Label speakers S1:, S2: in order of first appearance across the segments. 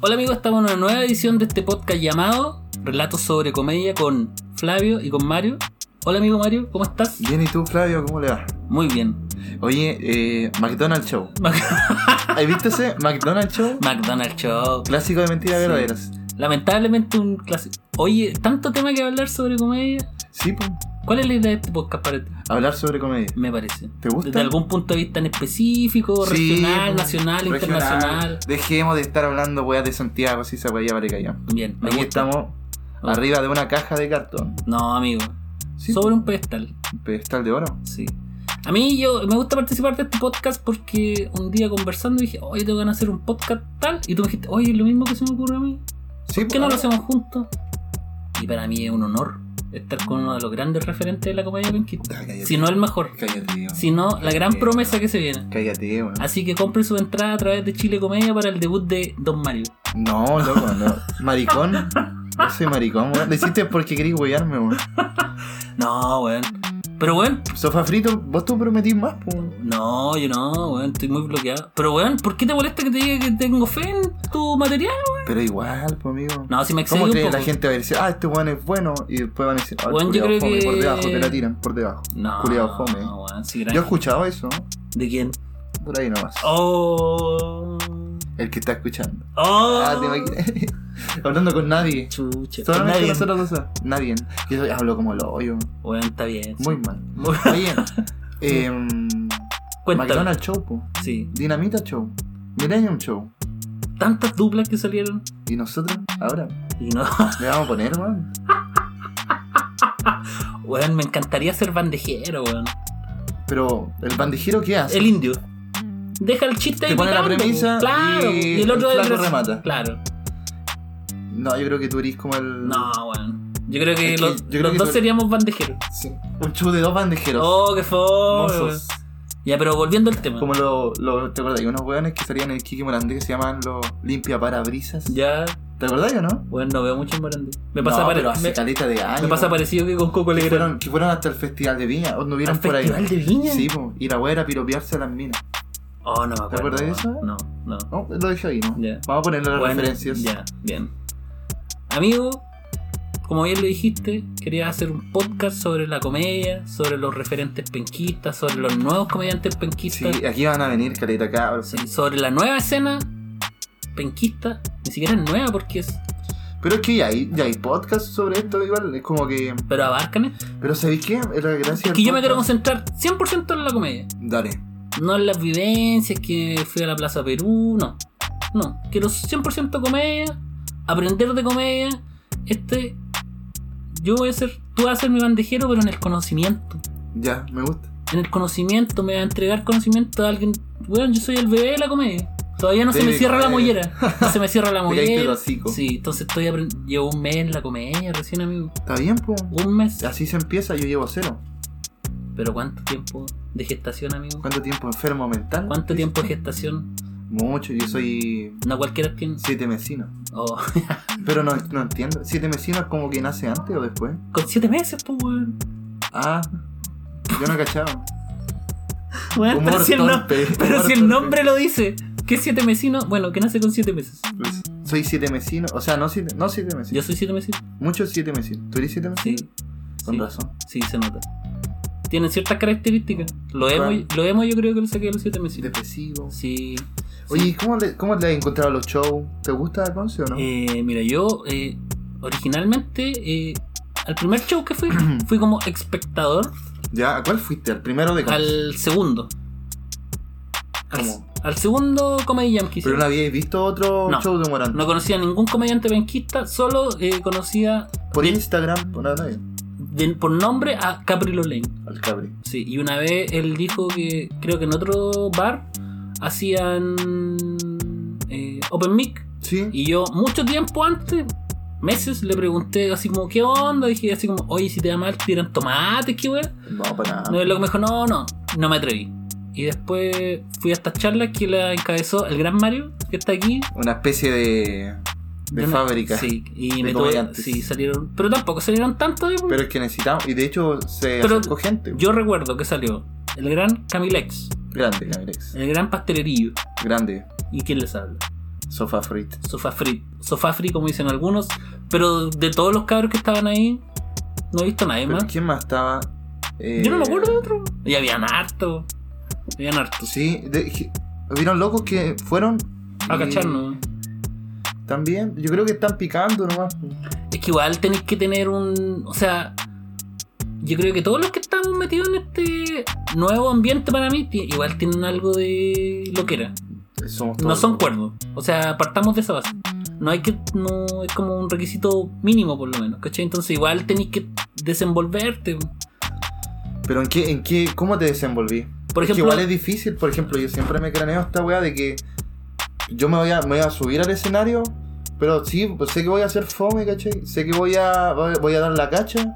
S1: Hola amigos, estamos en una nueva edición de este podcast llamado Relatos sobre Comedia con Flavio y con Mario. Hola amigo Mario, ¿cómo estás?
S2: Bien, ¿y tú, Flavio? ¿Cómo le va?
S1: Muy bien.
S2: Oye, eh, McDonald's Show. ¿Has visto ese McDonald's Show?
S1: McDonald's Show.
S2: Clásico de mentiras
S1: Sí.
S2: verdaderas.
S1: Lamentablemente un clásico. Oye, tanto tema que hablar sobre comedia.
S2: Sí, po.
S1: ¿Cuál es la idea de este podcast para ti?
S2: Hablar sobre comedia.
S1: Me parece.
S2: ¿Te gusta?
S1: Desde algún punto de vista en específico,
S2: Sí,
S1: regional,
S2: po.
S1: nacional,
S2: Regional.
S1: internacional.
S2: Dejemos de estar hablando weas de Santiago, si esa wea ya vale callar.
S1: Bien, me
S2: Aquí
S1: gusta.
S2: estamos arriba de una caja de cartón.
S1: No, amigo.
S2: Sí,
S1: sobre
S2: po.
S1: un pedestal.
S2: un pedestal de oro.
S1: Sí. A mí yo me gusta participar de este podcast porque un día conversando dije, oye, tengo ganas de hacer un podcast tal. Y tú me dijiste, oye, es lo mismo que se me ocurre a mí.
S2: Sí, pues,
S1: ¿Por qué no lo hacemos juntos? Y para mí es un honor estar con uno de los grandes referentes de la comedia penquista.
S2: Cállate.
S1: Si no el mejor,
S2: Cállate, weón.
S1: si no la gran
S2: Eh.
S1: promesa que se viene.
S2: Ah. Cállate, weón.
S1: Así que compre su entrada a través de Chile Comedia para el debut de Don Mario.
S2: No, loco, no. Maricón. No soy maricón, weón. Lo hiciste porque querías weyarme, weón.
S1: No, weón. Pero weón,
S2: Sofá frito, vos tú prometís más, po. weón.
S1: no, yo no, weón, estoy muy bloqueado. Pero weón, ¿por qué te molesta que te diga que tengo fe en tu material?
S2: Pero igual, pues amigo.
S1: No, si me excedí
S2: ¿Cómo
S1: un
S2: crees
S1: poco.
S2: la gente va a decir, ah, este weón es bueno? Y después van a decir, ah, el
S1: Weón, yo
S2: culiao
S1: creo
S2: fome,
S1: que-
S2: por debajo, te la tiran, por debajo.
S1: No,
S2: Culiao fome.
S1: weón, sí,
S2: Yo he
S1: gracias.
S2: escuchado eso,
S1: ¿De quién?
S2: por ahí nomás.
S1: Oh.
S2: El que está escuchando.
S1: Oh.
S2: Ah, te imaginas. Hablando con nadie.
S1: Chucha.
S2: Solamente
S1: Nadie.
S2: nosotros dos. Nadie. Yo soy- hablo como lo hoyo.
S1: Weón, está bien.
S2: Muy mal.
S1: Muy-
S2: Oye, em,
S1: Cuéntame.
S2: McDonald's Show, po.
S1: Sí.
S2: Dinamita Show. Millennium Show.
S1: Tantas duplas que salieron
S2: Y nosotros, ahora,
S1: y no.
S2: le vamos a poner, weón.
S1: Weón, me encantaría ser bandejero, weón.
S2: Pero, ¿el bandejero qué hace?
S1: El indio. Deja el chiste
S2: Te
S1: ahí
S2: pone la
S1: picando,
S2: premisa
S1: po. Claro.
S2: y
S1: el otro
S2: el
S1: del
S2: flaco
S1: res-
S2: remata.
S1: Claro.
S2: No, yo creo que tú eres como el.
S1: No, weón. Yo creo que,
S2: Es que
S1: los,
S2: yo creo
S1: los
S2: que
S1: dos
S2: tú-
S1: seríamos bandejeros.
S2: Sí. Un show de dos bandejeros.
S1: Oh, qué fome.
S2: Mozos.
S1: Ya, pero volviendo al tema.
S2: Como los. Lo, ¿Te acordás? Hay unos hueones que salían en el Kiki Morandé que se llamaban los limpia parabrisas.
S1: Ya,
S2: ¿Te acordás o no?
S1: weón, no veo mucho en Morandé. Me pasa,
S2: no,
S1: pare-
S2: pero hace
S1: me-
S2: caleta de años.
S1: me pasa parecido que con Coco
S2: que
S1: Legrand.
S2: Ah, fueron, que fueron hasta el Festival de Viña. ¿O no vieron
S1: ¿Al
S2: por ahí?
S1: Festival de Viña?
S2: Sí, po. Y la hueá era piropearse a las minas.
S1: Oh, no me acuerdo.
S2: ¿Te acuerdas de eso?
S1: weón. No, no.
S2: No, lo dejé ahí, ¿no?
S1: Ya.
S2: Vamos a ponerle las
S1: Bueno,
S2: referencias.
S1: Ya, bien. Amigo, como bien lo dijiste, quería hacer un podcast sobre la comedia, sobre los referentes penquistas, sobre los nuevos comediantes
S2: Sí,
S1: penquistas,
S2: aquí van a venir caleta cabros.
S1: sí, sobre la nueva escena penquista. Ni siquiera es nueva porque es.
S2: Pero es que ya hay, ya hay podcast sobre esto, igual. Es como que.
S1: Pero abarcan esto.
S2: Pero ¿sabéis qué? Es la gracia.
S1: Es
S2: del
S1: que yo me quiero
S2: podcast.
S1: concentrar 100% en la comedia.
S2: Dale.
S1: No en las vivencias que fui a la Plaza Perú, no. No, quiero 100% comedia, aprender de comedia. Este, yo voy a ser, tú vas a ser mi bandejero, pero en el conocimiento.
S2: Ya, me gusta.
S1: En el conocimiento, me va a entregar conocimiento a alguien. Bueno, yo soy el bebé de la comedia. Todavía no se me
S2: Bebé
S1: cierra la
S2: comedia.
S1: mollera. No se me cierra la
S2: Te caíste el
S1: mollera.
S2: hocico.
S1: Sí, entonces estoy aprendiendo. Llevo un mes en la comedia, recién amigo.
S2: Está bien, po.
S1: Un mes.
S2: Así se empieza, yo llevo cero.
S1: Pero ¿cuánto tiempo de gestación, amigo?
S2: ¿Cuánto tiempo enfermo mental?
S1: ¿Cuánto tiempo de gestación?
S2: Mucho, yo soy
S1: No cualquiera tiene.
S2: siete mesinos.
S1: Oh.
S2: Pero no, no entiendo. ¿Siete mesinos como que nace antes o después?
S1: Con siete meses, pues, weón.
S2: Ah, yo no cachaba.
S1: Weón,
S2: Humor
S1: pero si, el, no-
S2: torpe,
S1: pero
S2: humor
S1: si el
S2: torpe.
S1: nombre lo dice, que siete mesinos, bueno, que nace con siete meses.
S2: Pues, soy siete mesino, o sea, no siete, no siete
S1: Yo
S2: mesinos.
S1: soy siete mesinos.
S2: Muchos siete mesinos. ¿Tú eres siete
S1: Sí,
S2: mesinos? Con
S1: sí.
S2: razón.
S1: sí, se nota. Tienen ciertas características. Lo emo,
S2: Claro.
S1: lo emo yo creo que lo saqué de los siete mesinos.
S2: Depresivo.
S1: Sí.
S2: Oye, ¿y ¿cómo le, ¿cómo le has encontrado los shows? ¿Te gusta Conce o no?
S1: Eh, mira, yo eh, originalmente eh, al primer show que fui, fui como espectador
S2: ¿Ya? ¿A cuál fuiste? ¿Al primero de Conce?
S1: al segundo. Al,
S2: ¿Cómo?
S1: al segundo Comedy Jam que
S2: ¿Pero
S1: hicieron.
S2: no habíais visto otro
S1: No.
S2: show de Morán?
S1: No conocía ningún comediante penquista, solo eh, conocía
S2: Por
S1: de-
S2: Instagram, por nada,
S1: de- por nombre a Capri Lane.
S2: al cabri.
S1: Sí, y una vez él dijo que creo que en otro bar hacían eh, open mic.
S2: Sí.
S1: Y yo mucho tiempo antes, meses, le pregunté así como, ¿qué onda? Dije así como, oye, si te da mal, tiran tomates, qué wea.
S2: No, para nada.
S1: No, y luego me dijo, no, no, no me atreví. Y después fui a estas charlas que la encabezó el gran Mario, que está aquí,
S2: una especie de, de
S1: Yo no-
S2: fábrica.
S1: Sí, y
S2: de
S1: me tuve,
S2: comediantes.
S1: sí, salieron. Pero tampoco salieron tanto. eh,
S2: Pero es que necesitamos, y de hecho se
S1: Pero
S2: acercó gente.
S1: yo recuerdo que salió el gran Camilex,
S2: Grande, Camilex.
S1: el gran Pastelerillo.
S2: Grande.
S1: ¿Y quién les habla?
S2: Sofá Frit.
S1: Sofafri, Sofafri, como dicen algunos. Pero de todos los cabros que estaban ahí, no he visto a nadie
S2: Pero
S1: más.
S2: ¿Quién más estaba? Eh,
S1: Yo no me acuerdo de otro. Y habían harto. Habían harto.
S2: Sí, de, que- hubieron locos que fueron.
S1: A
S2: y
S1: cacharnos.
S2: También, yo creo que están picando nomás.
S1: Es que igual tenéis que tener un. O sea. Yo creo que todos los que estamos metidos en este nuevo ambiente para mí, ti- igual tienen algo de lo que era.
S2: Somos
S1: No
S2: todos
S1: son
S2: locos.
S1: cuerdos. O sea, partamos de esa base. No hay que. No, es como un requisito mínimo, por lo menos. ¿Cachai? Entonces, igual tenéis que desenvolverte.
S2: Pero en qué, en qué, ¿cómo te desenvolví?
S1: Por
S2: Es que
S1: ejemplo.
S2: igual es difícil, por ejemplo, yo siempre me craneo esta weá de que yo me voy a, me voy a subir al escenario, pero sí, pues sé que voy a hacer fome, ¿cachai? Sé que voy a, voy voy a dar la cacha.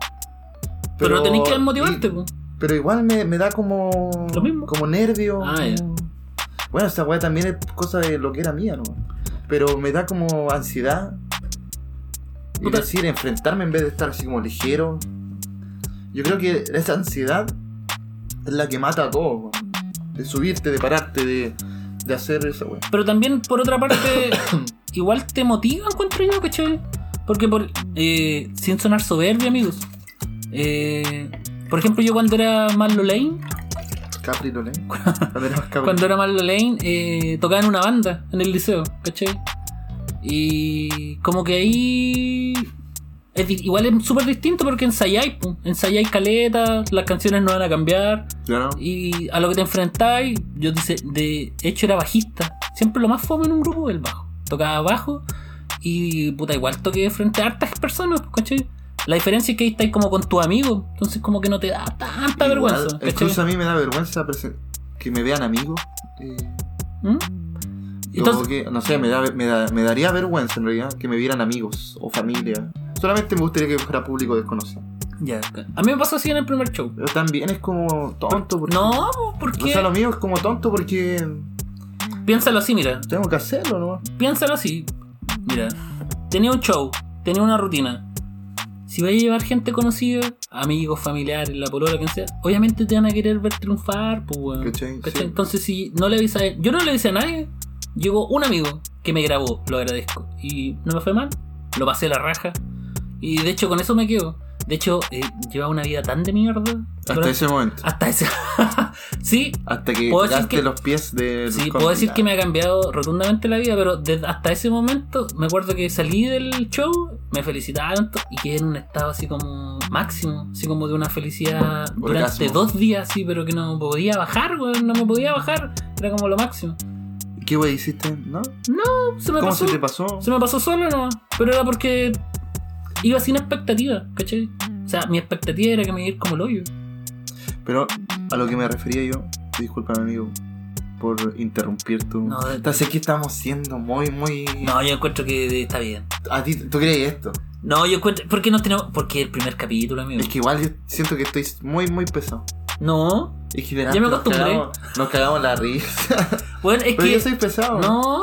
S1: pero, tenéis que
S2: y-
S1: motivarte, po.
S2: pero igual me, me da como.
S1: Lo mismo.
S2: Como nervio.
S1: Ah, ya.
S2: como- Bueno, esta weá también es cosa de lo que era mía, ¿no? Pero me da como ansiedad. Es
S1: Puta.
S2: decir, enfrentarme en vez de estar así como ligero. Yo creo que esa ansiedad es la que mata a todo, weón. De subirte, de pararte, de, de hacer esa weá.
S1: Pero también, por otra parte, igual te motiva, encuentro yo, ¿cachai? Porque, por, eh, sin sonar soberbio, amigos. eh, por ejemplo, yo cuando era Marlo Lane,
S2: Capri Lolé. Cuando era más Capri.
S1: cuando era Marlo Lane, eh, tocaba en una banda en el liceo, ¿cachai? Y como que ahí. es di- igual es súper distinto porque ensayáis, po. ensayáis caleta, las canciones no van a cambiar.
S2: Claro.
S1: Y a lo que te enfrentáis, yo dice, de hecho era bajista. Siempre lo más fome en un grupo el bajo. Tocaba bajo y puta, igual toqué frente a hartas personas, pues, ¿cachai? La diferencia es que ahí estáis como con tu amigo, entonces como que no te da tanta
S2: Igual,
S1: vergüenza, ¿cachai?
S2: Incluso a mí me da vergüenza presen- que me vean amigos. eh,
S1: ¿Mm?
S2: Yo
S1: Entonces,
S2: que, no sé, me, da- me da- me daría vergüenza en realidad que me vieran amigos o familia. Solamente me gustaría que fuera público desconocido.
S1: ya, a mí me pasó así en el primer show.
S2: Pero también es como tonto. Porque,
S1: No, porque
S2: O sea, lo mío es como tonto porque
S1: piénsalo así, mira,
S2: tengo que hacerlo, ¿no?
S1: piénsalo así. Mira, tenía un show, tenía una rutina. Si vas a llevar gente conocida, amigos, familiares, la polola, quien sea, obviamente te van a querer ver triunfar, pues weón.
S2: ¿Cachai?
S1: ¿Cachai?
S2: Sí.
S1: Entonces, si no le avisas a él- yo no le avisé a nadie, llegó un amigo que me grabó, lo agradezco. Y no me fue mal, lo pasé la raja. Y de hecho, con eso me quedo. De hecho, eh, llevaba una vida tan de mierda.
S2: Hasta
S1: durante-
S2: ese momento.
S1: hasta ese. sí,
S2: Hasta que
S1: ¿Puedo decir
S2: tiraste
S1: que-
S2: los pies de.
S1: Sí, puedo decir que me ha cambiado rotundamente la vida, pero desde hasta ese momento me acuerdo que salí del show, me felicitaron to- y quedé en un estado así como máximo, así como de una felicidad durante
S2: Orgasmo.
S1: dos días, sí, pero que no podía bajar, weón, no me podía bajar, era como lo máximo.
S2: ¿Qué wey hiciste? ¿No?
S1: Se me
S2: ¿Cómo
S1: pasó,
S2: se te
S1: se,
S2: pasó?
S1: me pasó solo, no, pero era porque iba sin expectativa, ¿cachai? O sea, mi expectativa era que me iba a ir como el hoyo.
S2: Pero a lo que me refería yo, discúlpame, amigo, por interrumpir tu.
S1: No, de-
S2: Entonces aquí estamos siendo muy, muy.
S1: No, yo encuentro que está bien.
S2: A ti, ¿Tú crees esto?
S1: No, yo encuentro, ¿por qué no tenemos? Porque el primer capítulo, amigo.
S2: Es que igual yo siento que estoy muy, muy pesado.
S1: No,
S2: Es que de
S1: Ya me
S2: nos
S1: acostumbré.
S2: cagamos- Nos cagamos la risa.
S1: bueno, es
S2: Pero
S1: que
S2: yo soy pesado.
S1: No,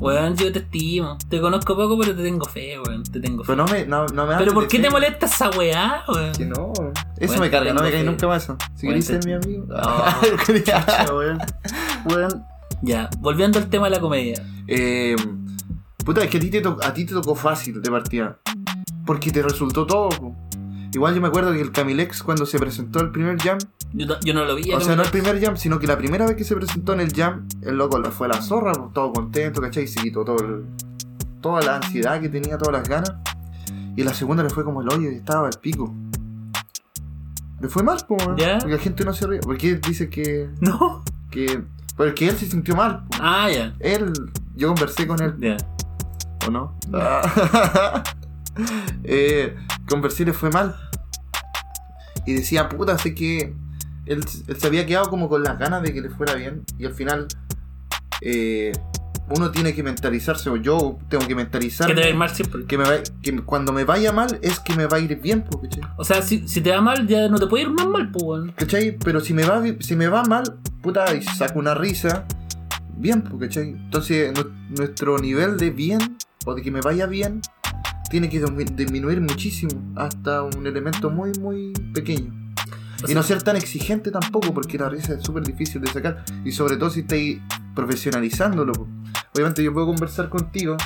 S1: weón, yo te estimo. Te conozco poco, pero te tengo fe, weón. Te tengo fe.
S2: Pero
S1: Pero,
S2: no me, no, no me hables
S1: ¿por
S2: de
S1: qué te
S2: fe.
S1: molesta esa weá, weón?
S2: Que no. Eso
S1: Bueno,
S2: me carga, no
S1: tengo
S2: me cae
S1: fe.
S2: nunca más eso. Si
S1: Bueno,
S2: querés ser mi
S1: te-
S2: amigo.
S1: No.
S2: Chucha, weón.
S1: Weón. Ya, volviendo al tema de la comedia.
S2: Eh, puta, es que a ti, te to- a ti te tocó fácil de partida. Porque te resultó todo. po. Igual yo me acuerdo que el Camilex cuando se presentó el primer jam,
S1: Yo, no- yo no lo vi.
S2: o
S1: acá,
S2: sea, no el
S1: weón.
S2: primer jam, sino que la primera vez que se presentó en el jam, el loco la- fue a la zorra, po, todo contento, ¿cachai? Y se quitó todo el- toda la ansiedad que tenía, todas las ganas. Y la segunda le fue como el hoyo y estaba al pico. Le fue mal, po, weón,
S1: ¿Ya?
S2: porque la gente no se ríe. Porque él dice que.
S1: No.
S2: que porque él se sintió mal. po.
S1: Ah, ya.
S2: Él. Yo conversé con él,
S1: Ya.
S2: ¿o no? Ah. eh, conversé le fue mal. Y decía, puta, sé que él, él se había quedado como con las ganas de que le fuera bien. Y al final, eh, uno tiene que mentalizarse, o yo tengo que mentalizar
S1: Que te va a ir mal siempre.
S2: que, me va- que cuando me vaya mal es que me va a ir bien, po, ¿cachai?
S1: O sea, si, si te va mal, ya no te puede ir más mal, pues, weón.
S2: ¿Cachai? Pero si me va, bi- si me va mal, puta, y saco una risa, bien, pues, ¿cachai? Entonces, nu- nuestro nivel de bien, o de que me vaya bien, tiene que domi- disminuir muchísimo, hasta un elemento muy, muy pequeño.
S1: O
S2: Y
S1: sea,
S2: no ser tan exigente tampoco, porque la risa es súper difícil de sacar, y sobre todo si estáis profesionalizándolo. po. Obviamente yo puedo conversar contigo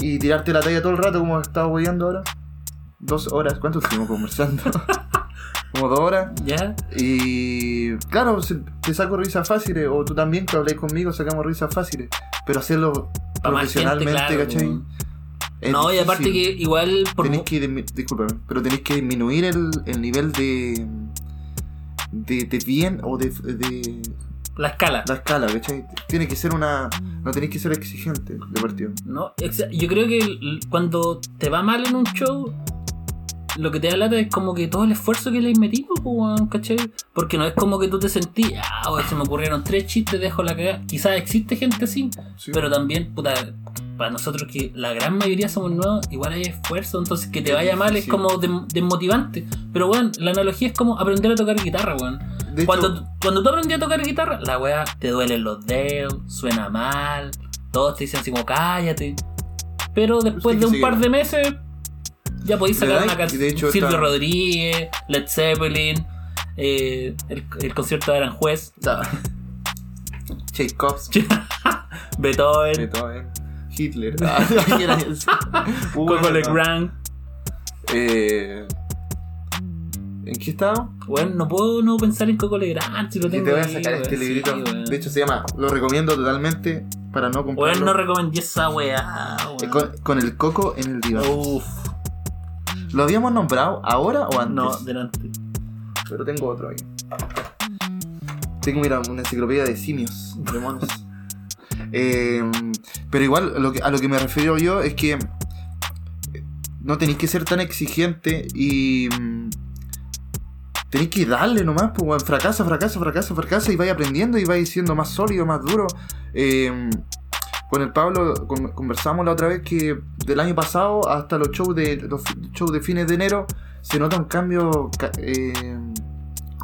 S2: y tirarte la talla todo el rato como estaba hueveando ahora. Dos horas, ¿cuánto estuvimos conversando? como dos horas.
S1: ¿Ya?
S2: Y claro, se- te saco risas fáciles, o tú también que habláis conmigo sacamos risas fáciles, pero hacerlo
S1: Pa' más gente,
S2: profesionalmente,
S1: claro,
S2: ¿cachai?
S1: weón.
S2: Es
S1: No, y aparte que
S2: difícil.
S1: igual por
S2: Tenés
S1: mu-
S2: que, dismi- discúlpame, pero tenéis que disminuir el, el nivel de, de, de bien o de, de
S1: la escala.
S2: la escala, ¿cachai? Tiene que ser una... No tenéis que ser exigente de partido.
S1: ¿no? Exa- Yo creo que l- cuando te va mal en un show, lo que te da lata es como que todo el esfuerzo que le has metido, po, weón, ¿cachai? Porque no es como que tú te sentís, ah, weón, se me ocurrieron tres chistes, dejo la cagada. Quizás existe gente así,
S2: Sí.
S1: pero también, puta, para nosotros que la gran mayoría somos nuevos, igual hay esfuerzo, entonces que te vaya mal es
S2: Sí.
S1: como dem- desmotivante. Pero, weón, la analogía es como aprender a tocar guitarra, weón.
S2: de hecho,
S1: Cuando, cuando tú aprendí a tocar guitarra, la weá te duelen los dedos, suena mal, todos te dicen así como cállate. Pero después
S2: Sí,
S1: de un
S2: sí.
S1: par de meses, ya podéis
S2: Le
S1: sacar
S2: dais,
S1: una
S2: y
S1: canción.
S2: de hecho
S1: Silvio
S2: está-
S1: Rodríguez, Led Zeppelin, eh, el, el concierto de Aranjuez,
S2: Tchaikovsky,
S1: Beethoven,
S2: Beethoven, Hitler,
S1: Ah,
S2: Hugo
S1: Coco Legrand.
S2: Eh, ¿En qué estado?
S1: Bueno, no puedo no pensar en Coco Legrand si lo
S2: Que
S1: tengo.
S2: te voy a
S1: ahí,
S2: sacar
S1: weón.
S2: este
S1: Sí,
S2: librito.
S1: weón.
S2: de hecho, se llama Lo recomiendo totalmente para no
S1: Weón,
S2: comprarlo.
S1: no recomendé esa weá.
S2: Eh,
S1: weón.
S2: con, con el coco en el diván.
S1: Uf,
S2: ¿Lo habíamos nombrado ahora o antes?
S1: no, delante.
S2: Pero tengo otro aquí. Tengo, mira, una enciclopedia de simios, de monos. Eh, pero igual, lo que- a lo que me refiero yo es que eh, no tenéis que ser tan exigente y mm, tenéis que darle nomás, pues, weón. fracasa, fracasa, fracasa, fracasa y vais aprendiendo y vais siendo más sólido, más duro. Eh, con el Pablo con- conversamos la otra vez que del año pasado hasta los shows de los fi- shows de fines de enero se nota un cambio ca- eh,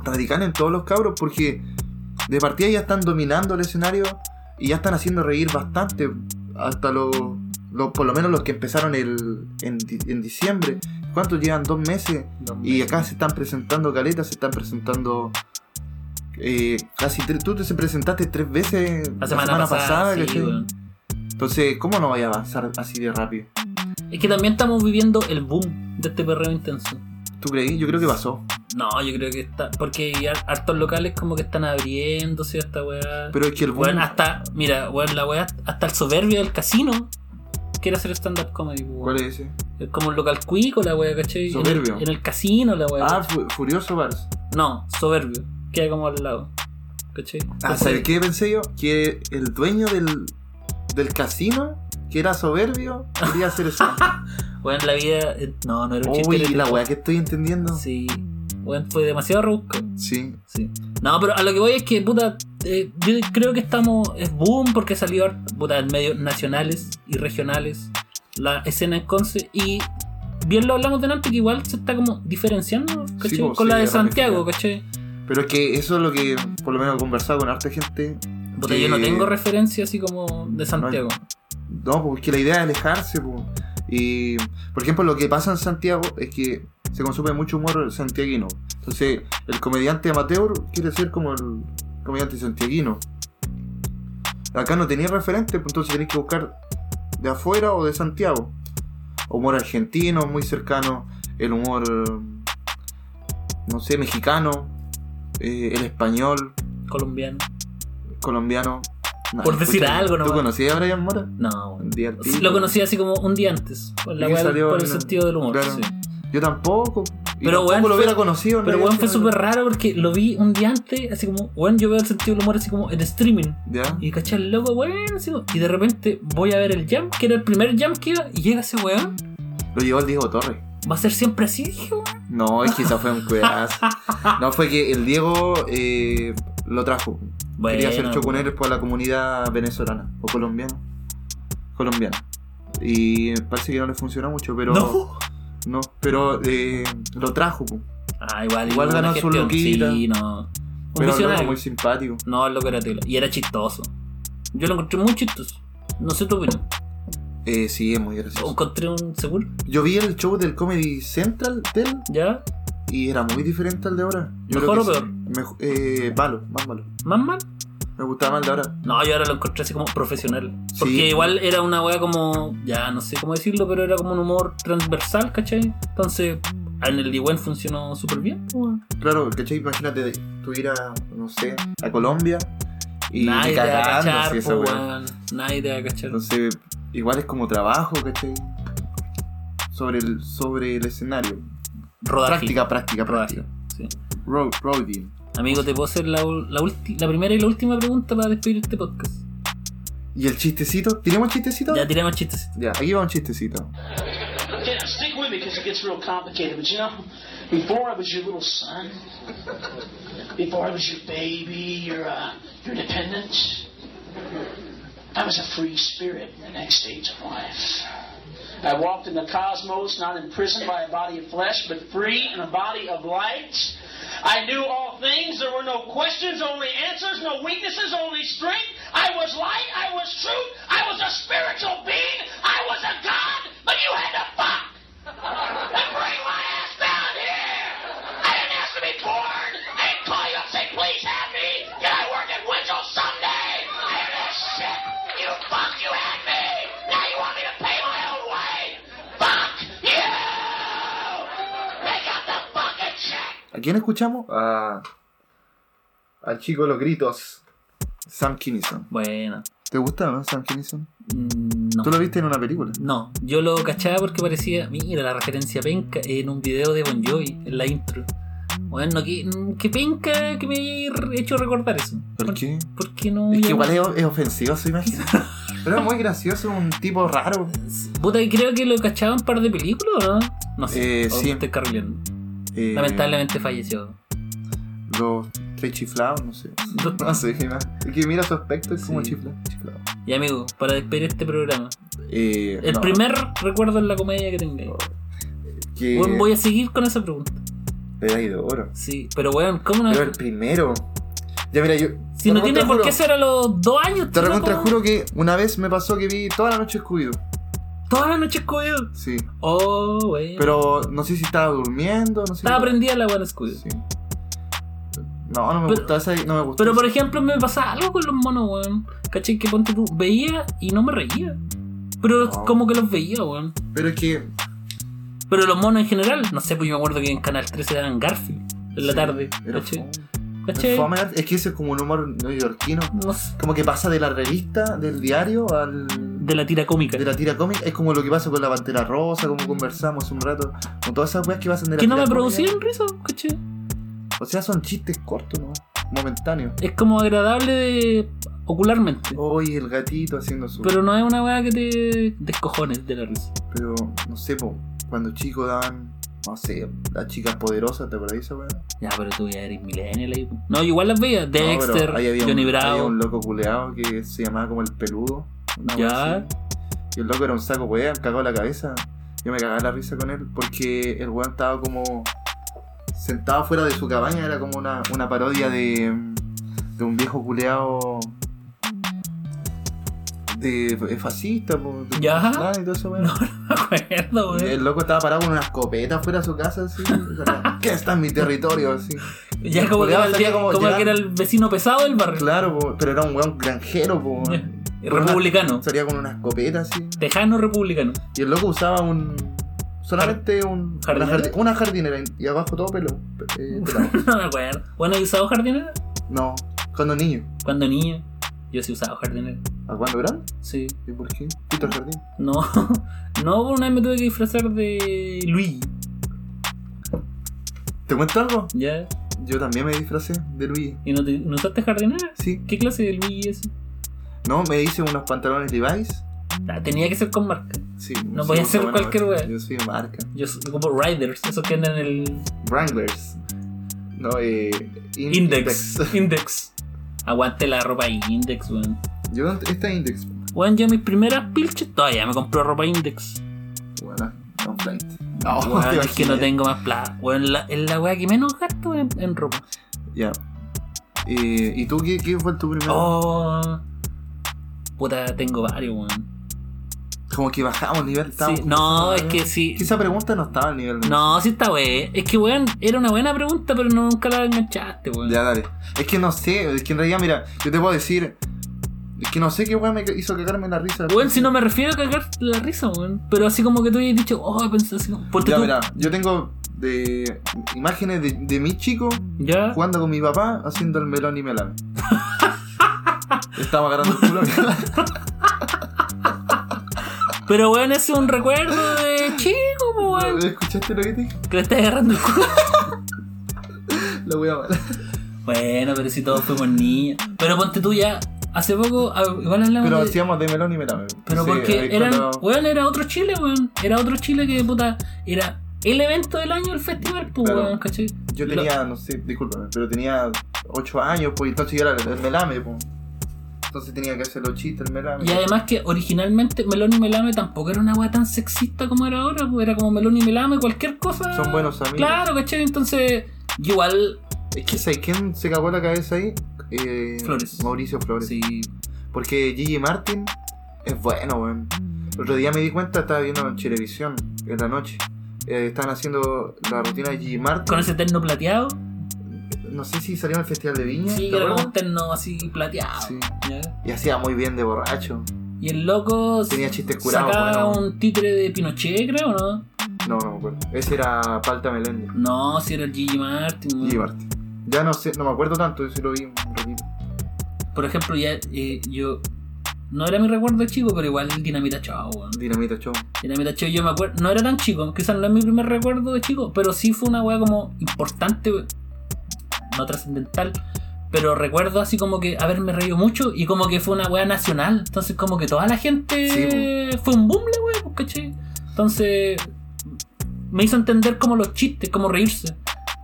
S2: radical en todos los cabros porque de partida ya están dominando el escenario y ya están haciendo reír bastante hasta los, los- por lo menos los que empezaron el, en, di- en diciembre. ¿Cuántos llevan? Dos meses. Y acá se están presentando caletas, se están presentando. eh, casi tres- tú te presentaste tres veces
S1: La semana, pasada, sí,
S2: ¿cachai?
S1: weón.
S2: Entonces, ¿cómo no vaya a avanzar así de rápido?
S1: Es que también estamos viviendo el boom de este perreo intenso.
S2: ¿Tú creí? Yo creo que pasó.
S1: No, yo creo que está. Porque ya hartos locales como que están abriéndose a esta weá.
S2: Pero es que el boom.
S1: Weón, hasta. Mira, weón, la weá. Hasta el soberbio del casino quiere hacer stand-up comedy, weón.
S2: ¿Cuál es ese?
S1: Es como un local cuico, la weá, ¿cachai? En el-
S2: Soberbio.
S1: En el, casino, la weá.
S2: Ah,
S1: ¿cachai?
S2: Fu- Furioso Bars.
S1: No, soberbio. Queda como al lado. ¿cachai?
S2: Ah,
S1: Entonces,
S2: ¿sabes qué pensé yo? Que el dueño del, del casino, que era soberbio, quería hacer eso.
S1: Weón, la vida. eh, No, no era un chiste.
S2: Uy,
S1: era-
S2: la weá que estoy entendiendo. Sí.
S1: Sí. Weón, fue demasiado rebuscado. Sí. No, pero a lo que voy es que, puta, eh, yo creo que estamos. Es boom porque salió, puta, en medios nacionales y regionales la escena en Conce. Y bien lo hablamos delante, que igual se está como diferenciando, ¿cachai?
S2: pues,
S1: Con
S2: sí,
S1: la de
S2: es
S1: Santiago,
S2: ramificado.
S1: ¿cachai?
S2: Pero es que eso es lo que, por lo menos, he conversado con harta gente.
S1: Puta,
S2: Sí.
S1: yo no tengo referencia así como de Santiago.
S2: No, porque la idea es alejarse. po. Y, por ejemplo, lo que pasa en Santiago es que se consume mucho humor santiaguino. Entonces, el comediante amateur quiere ser como el comediante santiaguino. Acá no tenía referente, pues, entonces tenés que buscar de afuera o de Santiago. Humor argentino, muy cercano. El humor, eh, no sé, mexicano. eh, el español,
S1: Colombiano.
S2: colombiano. Nah,
S1: Por decir
S2: escucha,
S1: algo nomás.
S2: ¿Tú conocías a Brian Mora?
S1: No, weón.
S2: Día
S1: Sí,
S2: artístico.
S1: Lo conocí así como un día antes, por, la
S2: Y que
S1: weá del-
S2: pues. salió
S1: por el
S2: en-
S1: sentido del humor.
S2: claro.
S1: sí.
S2: Yo tampoco. Y
S1: Pero,
S2: tampoco
S1: weón,
S2: lo
S1: fue-
S2: hubiera conocido. no
S1: Pero
S2: había
S1: weón fue
S2: hecho
S1: súper
S2: nada.
S1: raro porque lo vi un día antes, así como, weón, yo veo el sentido del humor así como en streaming.
S2: ¿Ya?
S1: Y caché al loco, weón. así como- Y de repente voy a ver el jam, que era el primer jam que iba, y llega ese weón.
S2: Lo llevó el Diego Torres.
S1: Va a ser siempre así, dije, weón.
S2: No, es que esa fue un cuidazo. No, fue que el Diego eh, lo trajo. Quería hacer
S1: Bueno,
S2: choconeros para la comunidad venezolana o colombiana. Colombiana. Y parece que no le funcionó mucho, pero.
S1: No.
S2: No, pero eh, lo trajo. po.
S1: Ah, igual,
S2: Igual
S1: una
S2: ganó su
S1: gestión,
S2: loquita.
S1: Sí, no. Un
S2: Pero el loco
S1: visionario.
S2: muy simpático.
S1: No, el loco era tela. Y era chistoso. Yo lo encontré muy chistoso. No sé tu opinión.
S2: Eh, sí, es muy
S1: Lo
S2: gracioso.
S1: Encontré un seguro,
S2: Yo vi el show del Comedy Central del
S1: ya.
S2: y era muy diferente al de ahora.
S1: ¿Mejor
S2: creo que
S1: o
S2: sí. Mejo- eh, malo, más malo.
S1: Más mal.
S2: Me gustaba más la hora.
S1: No, yo ahora lo encontré así como profesional.
S2: Sí.
S1: Porque igual era una wea como. Ya no sé cómo decirlo, pero era como un humor transversal, ¿cachai? Entonces, en el Diguen funcionó súper bien. pues, weón.
S2: Claro, ¿cachai? Imagínate, tuviera, no sé, a Colombia y
S1: Nadie te va a
S2: cagando,
S1: cachar,
S2: así,
S1: pues,
S2: esa weá.
S1: weón. Nadie te va a cachar.
S2: Entonces, igual es como trabajo, ¿cachai? Sobre el, sobre el escenario.
S1: Rodaje.
S2: Práctica, práctica,
S1: Rodaje.
S2: práctica.
S1: Sí.
S2: Road, roading.
S1: Amigo, te puedo hacer la, ul- la, ulti- la primera y la última pregunta para despedir este podcast.
S2: ¿Y el chistecito? ¿Tenemos chistecito?
S1: Ya tiremos chistes.
S2: Ya, aquí va un chistecito.
S3: Okay, stick with me because it gets real complicated. But you know, before I was your little son, before I was your baby, your uh, your dependent, I was a free spirit in the next stage of life. I walked in the cosmos, not imprisoned by a body of flesh, but free in a body of light. I knew all things. There were no questions, only answers, no weaknesses, only strength. I was light. I was truth. I was a spiritual being. I was a god, but you had to fuck and bring my ass down here. I didn't ask to be born. I didn't call you up and say, please have me. Can I work at Winchell someday? I didn't ask shit. You fuck, you had me. Now you want me to pay my own way. Fuck you. Pick up the fucking check.
S2: ¿A quién escuchamos? A, al chico de los gritos. Sam Kinison.
S1: Bueno.
S2: ¿Te gusta, no, Sam Kinison?
S1: mm, No.
S2: Tú lo viste en una película.
S1: No, yo lo cachaba porque parecía, mira, la referencia penca en un video de Bon Jovi, en la intro. Bueno, qué, mm, qué penca que me he hecho recordar eso.
S2: ¿Por qué?
S1: Porque no...
S2: Es que
S1: ya-
S2: igual es, es ofensivo, se imagina. Pero es muy gracioso, un tipo raro.
S1: Puta, creo que lo cachaba en un par de películas, ¿no? No sé,
S2: Eh,
S1: o
S2: sí.
S1: estoy carrileando.
S2: Eh,
S1: Lamentablemente falleció.
S2: Los tres chiflados, no sé.
S1: Los-
S2: No sé, ¿qué más? Es que mira su aspecto, es como
S1: Sí.
S2: chifla- chiflado.
S1: Y amigo, para despedir este programa,
S2: Eh,
S1: el
S2: no,
S1: primer recuerdo en la comedia que tengáis.
S2: Que
S1: Bueno, voy a seguir con esa pregunta.
S2: Era de oro.
S1: Sí, pero weón, ¿cómo no?
S2: Pero el primero. Ya mira, yo.
S1: si
S2: te
S1: no tiene por
S2: recontrajuro-
S1: qué ser a los dos años,
S2: Te
S1: loco.
S2: recontra juro que una vez me pasó que vi toda la noche scooby
S1: Toda la noche escudo.
S2: Sí.
S1: Oh, weón.
S2: Pero no sé si estaba durmiendo, no sé.
S1: Estaba prendida la buena escudo.
S2: Sí. No, no me
S1: Pero-
S2: gustaba esa. No me gustó.
S1: Pero por ejemplo, me pasaba algo con los monos, weón. ¿Cachai? Que ponte tú, veía y no me reía. Pero
S2: No.
S1: como que los veía, weón.
S2: Pero es que.
S1: Pero los monos en general, no sé, pues yo me acuerdo que en Canal 13 daban Garfield en la
S2: sí,
S1: tarde.
S2: Era
S1: ¿Cachai?
S2: fome.
S1: ¿Cachai?
S2: Fome, es que ese es como un humor neoyorquino.
S1: No sé,
S2: Como que pasa de la revista, del diario, al.
S1: de la tira cómica.
S2: de la tira cómica. Es como lo que pasa con la pantera rosa, como conversamos hace un rato. Con todas esas weas que pasan de la
S1: que no me
S2: tira cómica.
S1: producían risa, ¿cachai?
S2: O sea, son chistes cortos, ¿no? Momentáneos.
S1: Es como agradable de... ocularmente.
S2: Hoy el gatito haciendo su.
S1: Pero no es una weá que te descojones de la risa.
S2: Pero, no sé, po, cuando chicos daban, no sé, las chicas poderosas, ¿te acordás de esa weá?
S1: Ya, pero tú ya eres millennial ahí. No, igual las veía.
S2: No, pero
S1: Dexter,
S2: ahí había
S1: Johnny
S2: un,
S1: Bravo.
S2: Había un loco culeado que se llamaba como el peludo. una weá
S1: Ya.
S2: así. Y el loco era un saco weá, cagado en la cabeza. Yo me cagaba la risa con él porque el weón estaba como sentado fuera de su cabaña, era como una, una parodia de, de un viejo culeado de, de fascista, po, de
S1: Ya.
S2: Vietnam y todo eso, weón.
S1: me acuerdo, weón.
S2: El loco estaba parado con una escopeta fuera de su casa, así. ¿Qué está en mi territorio? Así.
S1: Ya como que, era
S2: Culeado
S1: el
S2: salía
S1: día-
S2: como
S1: como
S2: ya.
S1: que era el vecino pesado del barrio.
S2: Claro, po, pero era un weón granjero, po.
S1: Ya.
S2: Con
S1: Republicano.
S2: una- salía con una escopeta, así.
S1: Tejano republicano.
S2: Y el loco usaba un. Solamente un.
S1: ¿Jardinera?
S2: Una, jardi- una jardinera y- y abajo todo pelo. eh, pelado.
S1: no me acuerdo. Bueno, ¿y usaba jardinera?
S2: no, cuando niño.
S1: Cuando niño. Yo sí usaba jardinera.
S2: ¿A cuándo grande?
S1: Sí.
S2: ¿Y por qué? Pito al jardín.
S1: No. No, una vez me tuve que disfrazar de Luigi.
S2: ¿Te cuento algo?
S1: ¿Ya?
S2: Yo también me disfracé de Luigi.
S1: ¿Y no, te, no usaste jardinera?
S2: Sí.
S1: ¿Qué clase de Luigi es?
S2: No, me hice unos pantalones Levi's.
S1: Ah, tenía que ser con marca.
S2: Sí.
S1: No
S2: sí,
S1: podía
S2: muy
S1: ser
S2: bueno,
S1: cualquier wea.
S2: Yo soy marca.
S1: Yo soy como Riders, esos que andan en el
S2: Wranglers. No, eh. in-
S1: Index. Index. Aguante la ropa Index, weón.
S2: Yo, esta Index,
S1: Weón, yo mis primeras pilches todavía me compró ropa Index.
S2: bueno, no flight. No,
S1: Weón,
S2: te
S1: es que no
S2: imaginas.
S1: tengo más plata. Weón, la- es la weá que menos gasto en, en ropa.
S2: Ya. Eh, ¿Y tú qué, qué fue tu primer?
S1: Oh. Puta, tengo varios, weón.
S2: Como que bajamos el nivel. estábamos
S1: Sí,
S2: como-
S1: no, es que sí.
S2: Que esa pregunta no estaba al nivel. de-
S1: No, sí está wey. Es que weón, era una buena pregunta, pero nunca la enganchaste, weón.
S2: Ya, dale. Es que no sé, es que en realidad, mira, yo te puedo decir. Es que no sé qué weón me hizo cagarme la risa.
S1: Weón, si no me refiero a cagar la risa, weón. Pero así como que tú hayas dicho, oh, pensé así como. Ponte
S2: Ya,
S1: tú.
S2: mira, yo tengo de, imágenes de, de mi chico
S1: Ya.
S2: jugando con mi papá haciendo el melón y melame. Estaba agarrando el culo.
S1: Pero weón, ese es un recuerdo de chico, po, weón.
S2: ¿Escuchaste lo que te dije?
S1: Que le estás agarrando el culo.
S2: La wea mala.
S1: Bueno, pero si todos fuimos niños. Pero ponte tú ya. Hace poco, ah, igual hablamos
S2: Pero
S1: de-
S2: hacíamos de melón y melame.
S1: Pero
S2: Sí, ahí
S1: porque eran,
S2: cuando-
S1: weón, era otro Chile, weón. Era otro Chile que puta. Era el evento del año, el festival, pues,
S2: Claro.
S1: weón, ¿cachai?
S2: Yo
S1: Lo-
S2: tenía, no sé, discúlpame, pero tenía 8 años, pues, y entonces yo era el melame, pues. Entonces tenía que hacer los chistes, el melame.
S1: Y además que originalmente Melón y Melame tampoco era una weá tan sexista como era ahora, pues era como Melón y Melame, cualquier cosa.
S2: Son buenos amigos.
S1: Claro, ¿cachai? Entonces, yo igual.
S2: Es que, ¿sabes quién se cagó la cabeza ahí? Eh,
S1: Flores.
S2: Mauricio Flores.
S1: Sí.
S2: Porque Gigi Martin es bueno, weón. El otro día me di cuenta, estaba viendo en televisión en la noche. Eh, estaban haciendo la rutina de Gigi Martin.
S1: Con ese terno plateado.
S2: No sé si salió en el Festival de Viña.
S1: Sí,
S2: ¿te
S1: era como
S2: acuerdas?
S1: un terno así plateado.
S2: Sí.
S1: ¿ya?
S2: Y hacía muy bien de borracho.
S1: Y el loco
S2: Tenía chistes curados,
S1: sacaba
S2: weón.
S1: un títere de Pinochet, creo, ¿no?
S2: No, no me acuerdo. Ese era Palta Meléndez.
S1: No, si era el Gigi Martin. weón.
S2: Gigi Martin. Ya no sé, no me acuerdo tanto, yo sí lo vi un ratito.
S1: Por ejemplo, ya eh, yo. No era mi recuerdo de chico, pero igual el Dinamita Chao, weón.
S2: Dinamita Show.
S1: Dinamita Chao, yo me acuerdo. No era tan chico, quizás no es mi primer recuerdo de chico, pero sí fue una weá como importante, we- no trascendental. Pero recuerdo así como que haberme reído mucho y como que fue una weá nacional. Entonces, como que toda la gente.
S2: Sí,
S1: fue un boom la weá, pues, ¿cachai? Entonces. Me hizo entender como los chistes, como reírse.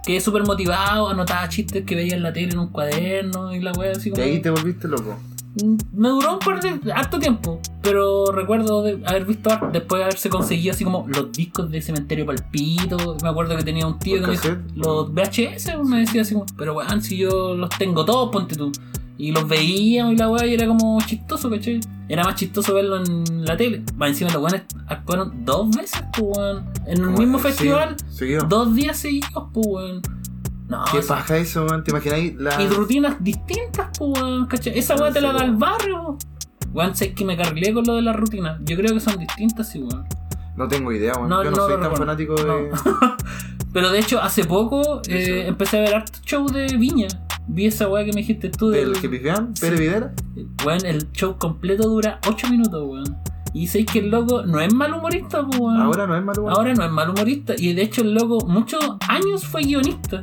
S1: Quedé súper motivado, anotaba chistes que veía en la tele en un cuaderno y la weá así
S2: Y
S1: como.
S2: ahí te volviste loco.
S1: Mm, Me duró un par de harto tiempo, pero recuerdo de haber visto ar- después de haberse conseguido así como los discos de Cementerio Palpito. Me acuerdo que tenía un tío que
S2: ¿Por
S1: me
S2: cassette?
S1: los VHS me decía así como, pero weón, si yo los tengo todos, ponte tú. Y los veíamos y la weá y era como chistoso, ¿cachai? Era más chistoso verlo en la tele. Más encima los weones actuaron dos veces, pues, weón. En el
S2: Como-
S1: mismo
S2: sí,
S1: festival,
S2: seguido.
S1: dos días seguidos, pues, weón. No,
S2: ¿Qué
S1: o sea,
S2: paja eso, weón? ¿Te imagináis la.
S1: y rutinas distintas, pues, weón, ¿cachai? Esa
S2: Ah,
S1: weá te la da el barrio, po. weón. sé que me carrilé con lo de las rutinas. Yo creo que son distintas, sí, weón.
S2: No tengo idea, weón.
S1: No,
S2: Ah, Yo no,
S1: no
S2: soy
S1: lo
S2: tan
S1: recuerdo.
S2: fanático de.
S1: Pero de hecho, hace poco
S2: Sí,
S1: eh,
S2: sí.
S1: empecé a ver harto show de Viña. Vi esa weá que me dijiste tú del.
S2: del que pifian, Pere
S1: Sí.
S2: Videla.
S1: Weón, el show completo dura 8 minutos, weón. Y sé que el loco no es mal humorista, pues, weón.
S2: Ahora no es malo, weón.
S1: Ahora no es mal humorista. Y de hecho, el loco muchos años fue guionista.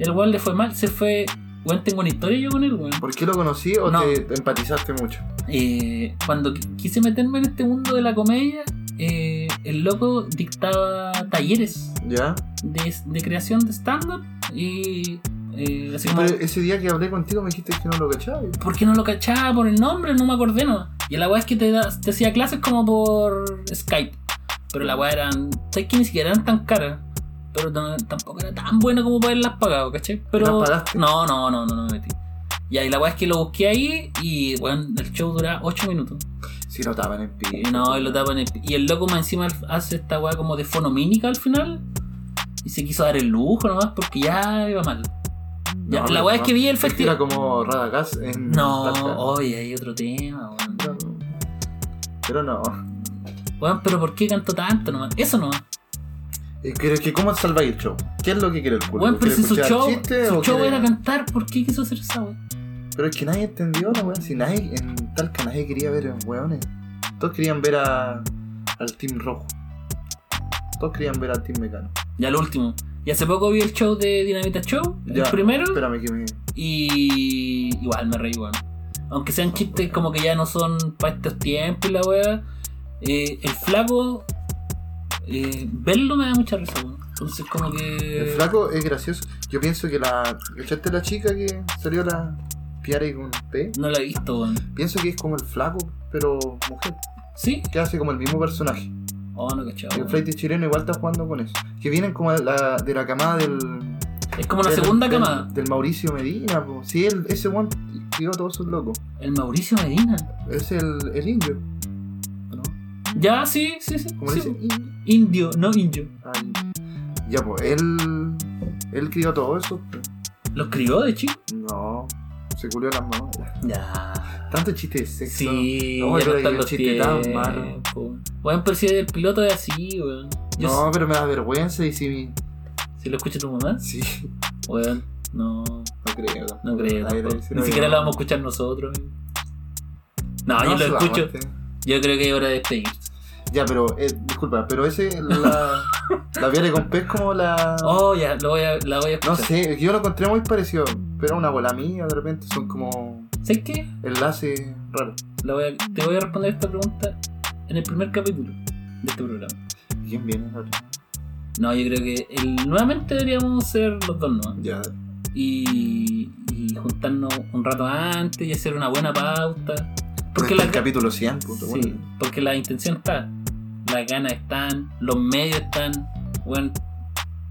S1: El weón le fue mal, se fue. Weón, tengo una historia yo con él, weón.
S2: ¿Por qué lo conocí o
S1: No.
S2: te empatizaste mucho?
S1: eh, cuando qui- quise meterme en este mundo de la comedia, eh, el loco dictaba talleres
S2: ¿Ya?
S1: de, de creación de stand-up y eh, así como,
S2: Pero ese día que hablé contigo me dijiste que no lo cachabas.
S1: ¿por qué no lo cachaba por el nombre? No me acordé, ¿no? Y la weá es que te, da- te hacía clases como por Skype, pero la weá eran, sabes que ni siquiera eran tan caras. Pero no- tampoco era tan bueno como para haberlas pagado, ¿cachai? Pero.
S2: ¿Las pagaste?
S1: No, no, no, no, no me metí. Y ahí la weá es que lo busqué ahí y, bueno, el show dura 8 minutos.
S2: Sí, lo tapan en
S1: Y
S2: pie.
S1: no, y lo tapan. el- Y el loco más encima hace esta weá como de fonomínica al final. Y se quiso dar el lujo nomás porque ya iba mal. Ya, la weá es que vi el
S2: Era
S1: festival.
S2: como Radagast en.
S1: No,
S2: Talca.
S1: oye, hay otro tema, weón.
S2: No. Pero no.
S1: Weón, pero ¿por qué canto tanto nomás? Eso nomás.
S2: Eh, Pero es que, ¿cómo salváis el show? ¿Qué es lo que quiere el público?
S1: Weón, pero
S2: ¿Quiere
S1: si su
S2: escuchar
S1: show,
S2: chistes
S1: su
S2: o
S1: show
S2: quiere-
S1: era cantar, ¿por qué quiso hacer esa weón?
S2: Pero es que nadie entendió la weón. Si nadie en Talca nadie quería ver a weones. Todos querían ver a, al Team Rojo. Todos querían ver al Team Mecano.
S1: Ya lo último. Y hace poco vi el show de Dinamita Show, el
S2: Ya,
S1: primero,
S2: Espérame que me.
S1: y igual me reí, weón. Aunque sean chistes como que ya no son para estos tiempos y la weá, eh, el flaco, eh, verlo me da mucha risa, weón. Entonces, como que.
S2: El flaco es gracioso. Yo pienso que la. ¿Cachaste la chica que salió la Piare con P?
S1: No la he visto, weón.
S2: Pienso que es como el flaco, pero mujer.
S1: ¿Sí?
S2: Que hace como el mismo personaje.
S1: Oh, no cachado.
S2: El
S1: weón.
S2: flight chileno igual está jugando con eso. Que vienen como de la, de la camada del.
S1: Es como la
S2: del-
S1: segunda
S2: del-
S1: camada.
S2: Del, Mauricio Medina, po. Sí, él, ese one crió a todos sus locos.
S1: El Mauricio Medina.
S2: Es el, el indio. ¿o ¿No?
S1: Ya, sí, sí, sí.
S2: ¿Cómo
S1: sí.
S2: le dicen?
S1: Indio, no indio.
S2: Ay. Ya, pues, él. Él crió todo eso.
S1: ¿Los crió de chico?
S2: No, se culió las mamás.
S1: Ya.
S2: Tanto chiste de sexo.
S1: Sí,
S2: No,
S1: ya
S2: yo
S1: no están
S2: le digo
S1: los
S2: chiste tan malo.
S1: tiempos. Weón, pero si el piloto es así, weón. Yo
S2: No, pero me da vergüenza y si mi.
S1: si- Si lo escucha tu mamá,
S2: Sí,
S1: weón, no,
S2: no creo.
S1: no creo.
S2: Ay,
S1: tampoco.
S2: sí,
S1: Ni
S2: no,
S1: siquiera
S2: no.
S1: lo vamos a escuchar nosotros. amigo. No, yo
S2: No, eh. se
S1: lo
S2: la
S1: escucho.
S2: aguante.
S1: Yo creo que es hora de despedirse.
S2: Ya, pero, eh, disculpa, pero ese, la, la Viale con pez como la...
S1: Oh, ya, lo voy a, la voy a
S2: Ah. no
S1: escuchar.
S2: sé, yo lo encontré muy parecido, pero una bola mía de repente son como
S1: ¿Sabes qué?
S2: enlaces raros.
S1: La voy a- te voy a responder esta pregunta en el primer capítulo de este programa.
S2: ¿Quién viene? ahora?
S1: No, yo creo que el- nuevamente deberíamos ser los dos, ¿no?
S2: Ya,
S1: y, y juntarnos un rato antes y hacer una buena pauta.
S2: porque
S1: Porque
S2: Este el
S1: la,
S2: capítulo 100, punto,
S1: sí,
S2: bueno.
S1: porque la intención está, las ganas están, los medios están, bueno,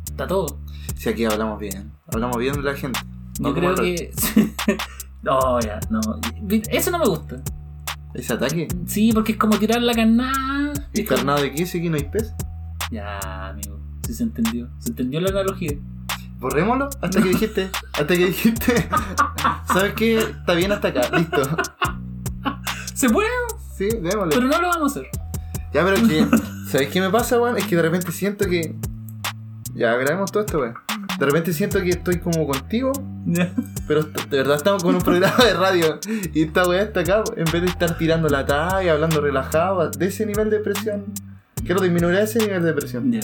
S1: está todo.
S2: Si aquí hablamos bien, hablamos bien de la gente. No
S1: Yo
S2: como
S1: creo
S2: el
S1: que. no, ya, no. Eso no me gusta.
S2: Ese ataque,
S1: Sí, porque es como tirar la carnada.
S2: y carnada de 15 que no hay pez.
S1: Ya, amigo. Sí se entendió. Se entendió la analogía.
S2: Borrémoslo hasta que dijiste, hasta que dijiste, ¿sabes qué? Está bien hasta acá, listo.
S1: Se puede,
S2: Sí, démosle.
S1: pero no lo vamos a hacer.
S2: Ya, pero es que, ¿sabes qué me pasa, weón? Es que de repente siento que. Ya, grabemos todo esto, weón. De repente siento que estoy como contigo, pero est- de verdad estamos con un programa de radio. Y esta weá está acá, en vez de estar tirando la talla, hablando relajado, de ese nivel de presión. Quiero disminuir ese nivel de presión.
S1: Ya.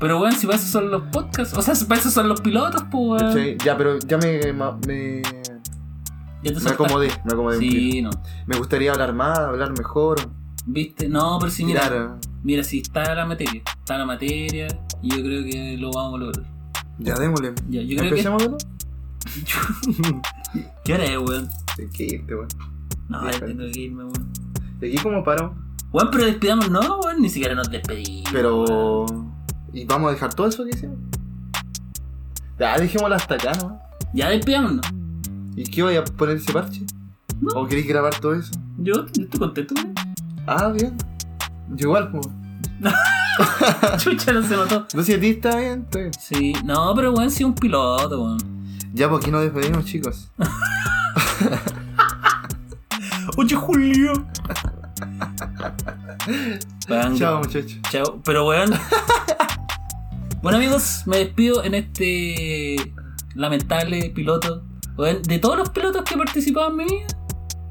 S1: Pero bueno, si para eso son los podcasts, o sea, si para eso son los pilotos, pues. weón.
S2: ¿Cachai? Ya, pero ya me. ma- Me,
S1: Ya te
S2: me
S1: soltaste.
S2: acomodé, me acomodé un poquito.
S1: Sí, no.
S2: Me gustaría hablar más, hablar mejor,
S1: Viste, no, pero si mira,
S2: tirar.
S1: mira, si está la materia, está la materia, y yo creo que lo vamos a lograr.
S2: Ya, démosle.
S1: Ya, yo creo que.
S2: Empecemos, ¿no?
S1: ¿Qué hora es, weón?
S2: Hay que irte, este weón.
S1: No,
S2: Ya,
S1: ya
S2: pero-
S1: tengo que irme, weón.
S2: De aquí como paro.
S1: Weón, pero despidamos, no, weón, ni siquiera nos despedimos. weón.
S2: Pero. ¿Y vamos a dejar todo eso que hicimos? Ya, dejémoslo hasta acá, ¿no?
S1: Ya despidámonos.
S2: ¿Y qué voy a poner ese parche?
S1: No.
S2: ¿O queréis grabar todo eso?
S1: Yo, yo estoy contento, weón.
S2: Ah, bien. Yo igual, como.
S1: Chucha, no se notó.
S2: No sé, a ti está bien, está bien.
S1: Sí, no, pero weón, si un piloto, weón.
S2: Ya, pues aquí nos despedimos, chicos.
S1: Ah, Oye, Julio. Weón,
S2: Chao, muchachos.
S1: Chao, pero weón. bueno amigos, me despido en este lamentable piloto. Weón, de todos los pilotos que he participado en mi vida,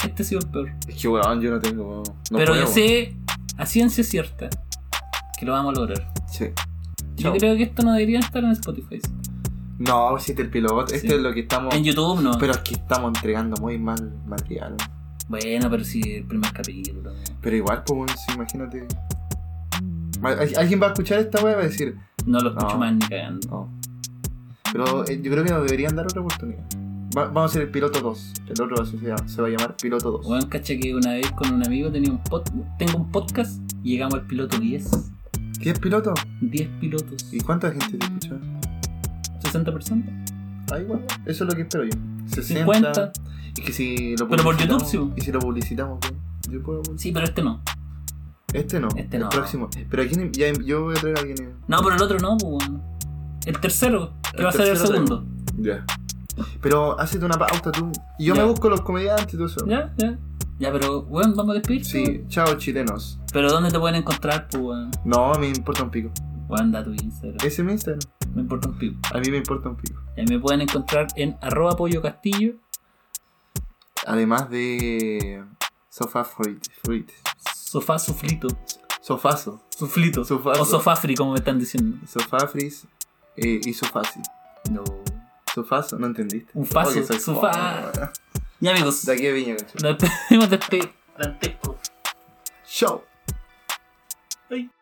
S1: este ha sido el peor.
S2: Es que, weón, yo no tengo. No
S1: pero
S2: puedo.
S1: yo sé, a ciencia cierta, que lo vamos a lograr.
S2: Sí.
S1: Yo
S2: Chao.
S1: creo que esto no debería estar en Spotify.
S2: No, hiciste el piloto.
S1: Sí.
S2: Este es lo que estamos.
S1: En YouTube no.
S2: Pero es que estamos entregando muy mal material.
S1: Bueno, pero sí, el primer capítulo.
S2: Pero igual, pues, weón, sí, imagínate. Al- Alguien va a escuchar esta weá y va a decir.
S1: No lo escucho
S2: No.
S1: más ni cagando.
S2: No. Pero eh, yo creo que nos deberían dar otra oportunidad. Va- vamos a hacer el piloto 2. El otro va a ser- se, va a llamar piloto 2.
S1: Weón, caché que una vez con un amigo tenía un pod- tengo un podcast y llegamos al piloto 10.
S2: ¿Qué es piloto?
S1: 10 pilotos.
S2: ¿Y cuánta gente te escucha?
S1: 60 personas.
S2: Ah, igual. Eso es lo que espero yo. 60.
S1: 50.
S2: Y que si lo
S1: Pero por YouTube,
S2: publicitamos-
S1: sí, bo.
S2: Y si lo publicitamos, ¿qué? Yo puedo.
S1: Sí, pero este no.
S2: Este no.
S1: Este
S2: el
S1: no.
S2: próximo. Pero aquí ni- ya, yo voy a traer a alguien.
S1: No, pero el otro no, pues weón. El tercero, que
S2: El
S1: va a ser el
S2: tercero
S1: segundo.
S2: Ya. Pero hacete una pauta tú. Y yo
S1: Ya.
S2: me busco los comediantes y todo eso.
S1: Ya, ya. Ya, pero weón, vamos a despedirte.
S2: Sí,
S1: weón.
S2: chao chilenos.
S1: Pero ¿dónde te pueden encontrar, pues weón?
S2: No, me importa un pico.
S1: Weón, da tu Instagram.
S2: Ese es mi Instagram.
S1: Me importa un pico.
S2: A mí me importa un pico.
S1: Ahí me pueden encontrar en arroba pollo castillo.
S2: Además de Sofá Fruit. fruit.
S1: Sofá suflito.
S2: Sofazo.
S1: Suflito.
S2: Sofazo.
S1: O sofafri, como me están diciendo.
S2: Sofafris eh, y Sofasi.
S1: No.
S2: Sofazo, no entendiste.
S1: Un faso,
S2: que soy
S1: sofá.
S2: fome.
S1: Ya amigos.
S2: De aquí a Viña, cacho.
S1: Nos despedimos de este dantesco.
S2: Show.
S1: Ay.